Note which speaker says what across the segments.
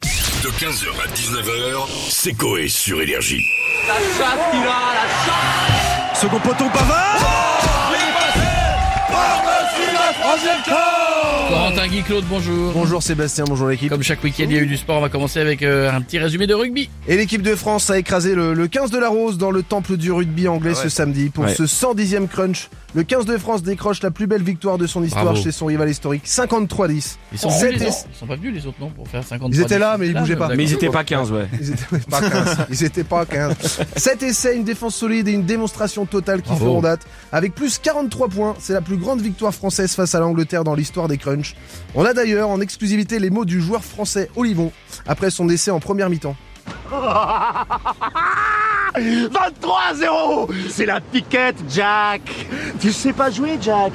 Speaker 1: De 15h à 19h, c'est Coé sur Énergie.
Speaker 2: La chatte qu'il a, la chatte
Speaker 3: Second poteau Pavard
Speaker 4: Corentin Guy Claude, bonjour.
Speaker 3: Bonjour Sébastien, bonjour l'équipe.
Speaker 4: Comme chaque week-end, il y a eu du sport. On va commencer avec euh, un petit résumé de rugby.
Speaker 3: Et l'équipe de France a écrasé le, le 15 de la Rose dans le temple du rugby
Speaker 4: Ah
Speaker 3: anglais ce samedi. Pour ce 110e crunch, le 15 de France décroche la plus belle victoire de son histoire
Speaker 4: Bravo.
Speaker 3: chez son rival historique, 53-10.
Speaker 4: Ils sont,
Speaker 3: Sept
Speaker 4: venus, les
Speaker 3: et-
Speaker 4: autres. Ils sont pas venus les autres, non, pour faire 50
Speaker 3: Ils étaient là, mais ils bougeaient pas.
Speaker 5: Mais ils étaient pas 15, ouais.
Speaker 3: Ils étaient pas à 15. Ils étaient pas à 15. 7 essais, une défense solide et une démonstration totale qui
Speaker 4: Bravo.
Speaker 3: feront date. Avec plus 43 points, c'est la plus grande victoire française face à l'Angleterre dans l'histoire des crunchs. On a d'ailleurs en exclusivité les mots du joueur français Olivon après son essai en première mi-temps.
Speaker 6: 23-0 C'est la piquette, Jack Tu sais pas jouer, Jack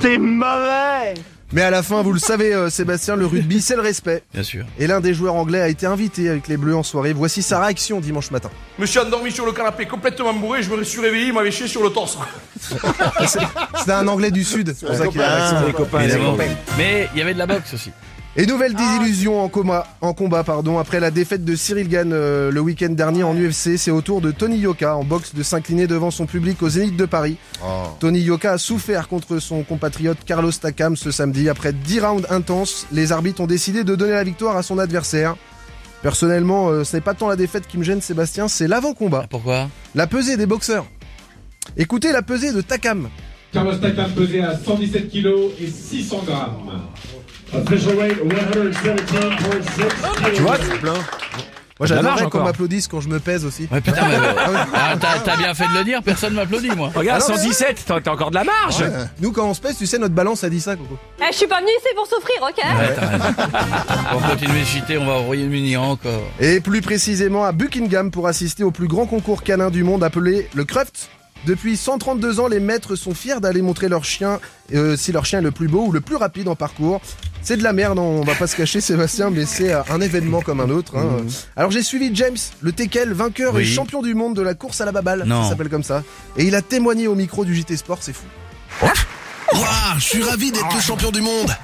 Speaker 6: T'es mauvais
Speaker 3: Mais à la fin, vous le savez, euh, Sébastien, le rugby, c'est le respect.
Speaker 4: Bien sûr.
Speaker 3: Et l'un des joueurs anglais a été invité avec les Bleus en soirée. Voici sa réaction dimanche matin.
Speaker 7: Je me suis endormi sur le canapé complètement bourré, je me suis réveillé, il m'avait chié sur le torse.
Speaker 3: C'était un anglais du Sud. Ah. c'est pour ça qu'il a la réaction.
Speaker 4: Évidemment. Mais il y avait de la boxe aussi.
Speaker 3: Et nouvelle désillusion en, coma- en combat, pardon, après la défaite de Cyril Gann euh, le week-end dernier en UFC, c'est au tour de Tony Yoka en boxe de s'incliner devant son public au Zénith de Paris. Tony Yoka a souffert contre son compatriote Carlos Takam ce samedi. Après 10 rounds intenses, les arbitres ont décidé de donner la victoire à son adversaire. Personnellement, euh, ce n'est pas tant la défaite qui me gêne, Sébastien, c'est l'avant-combat,
Speaker 4: Ah, Pourquoi
Speaker 3: la pesée des boxeurs. Écoutez la pesée de Takam.
Speaker 8: Carlos Takam pesait à 117 kg et 600 grammes.
Speaker 3: Tu vois, c'est plein. Moi,
Speaker 5: de la
Speaker 3: j'adorerais
Speaker 5: marge
Speaker 3: qu'on
Speaker 5: encore.
Speaker 3: m'applaudisse quand je me pèse aussi.
Speaker 4: Ouais, putain, mais- Ah, t'as t'as bien fait de le dire. Personne m'applaudit, moi.
Speaker 5: Regarde,
Speaker 3: Ah non, mais-
Speaker 5: 117, t'as t'as encore de la marge.
Speaker 3: Nous, quand on se pèse, tu sais, notre balance a dit ça, Coco.
Speaker 9: Eh, je suis pas venue ici pour souffrir, ok
Speaker 4: Ouais, t'as raison. On
Speaker 3: Ah.
Speaker 4: va continuer de chiter. On va au Royaume-Uni encore.
Speaker 3: Et plus précisément à Buckingham pour assister au plus grand concours canin du monde appelé le Cruft. Depuis 132 ans, les maîtres sont fiers d'aller montrer leur chien euh, si leur chien est le plus beau ou le plus rapide en parcours. C'est de la merde, hein, on va pas se cacher Sébastien, mais c'est euh, un événement comme un autre. hein.
Speaker 5: Mmh.
Speaker 3: Alors j'ai suivi James, le teckel, vainqueur et
Speaker 4: Oui.
Speaker 3: champion du monde de la course à la baballe,
Speaker 4: Non.
Speaker 3: ça s'appelle comme ça. Et il a témoigné au micro du JT Sport, c'est fou.
Speaker 1: Ouah, je suis ravi d'être le champion du monde.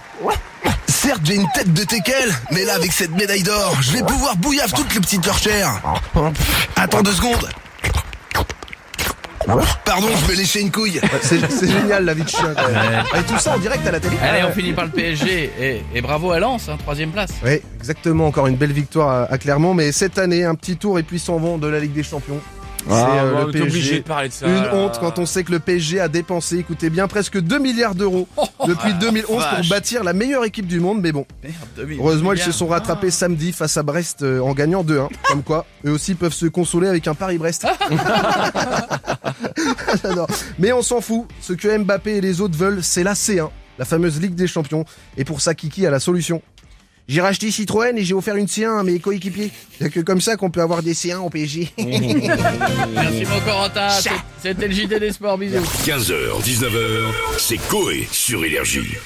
Speaker 1: Certes, j'ai une tête de teckel, mais là, avec cette médaille d'or, je vais pouvoir bouillave toutes les petites torchères. Attends deux secondes. Pardon, je vais lécher une couille.
Speaker 3: Ouais, C'est c'est génial la vie de chien. quand même. Et tout ça en direct à la télé.
Speaker 4: Allez, on finit par le PSG. Et, et bravo à Lens, hein, troisième place.
Speaker 3: Oui, exactement. Encore une belle victoire à, à Clermont. Mais cette année, un petit tour et puis s'en vont de la Ligue des Champions.
Speaker 1: Ah,
Speaker 3: C'est,
Speaker 1: bah,
Speaker 3: euh, le
Speaker 5: Ah, bah, t'es obligé
Speaker 3: PSG.
Speaker 5: de parler de ça.
Speaker 3: Une
Speaker 5: là.
Speaker 3: honte quand on sait que le PSG a dépensé, écoutez bien, presque 2 milliards d'euros depuis 2011 pour bâtir la meilleure équipe du monde. Mais bon, heureusement, ils se sont rattrapés samedi face à Brest euh, en gagnant 2-1. Comme quoi, eux aussi peuvent se consoler avec un Paris-Brest. J'adore. Mais on s'en fout. Ce que Mbappé et les autres veulent, c'est la C1, la fameuse Ligue des Champions. Et pour ça, Kiki a la solution. J'ai racheté Citroën et j'ai offert une C1 à mes coéquipiers. Il n'y a que comme ça qu'on peut avoir des C1 au PSG.
Speaker 4: Merci, mon Corentin. C'est- C'était le JT des sports. Bisous.
Speaker 1: 15h, 19h, c'est Coé sur Énergie.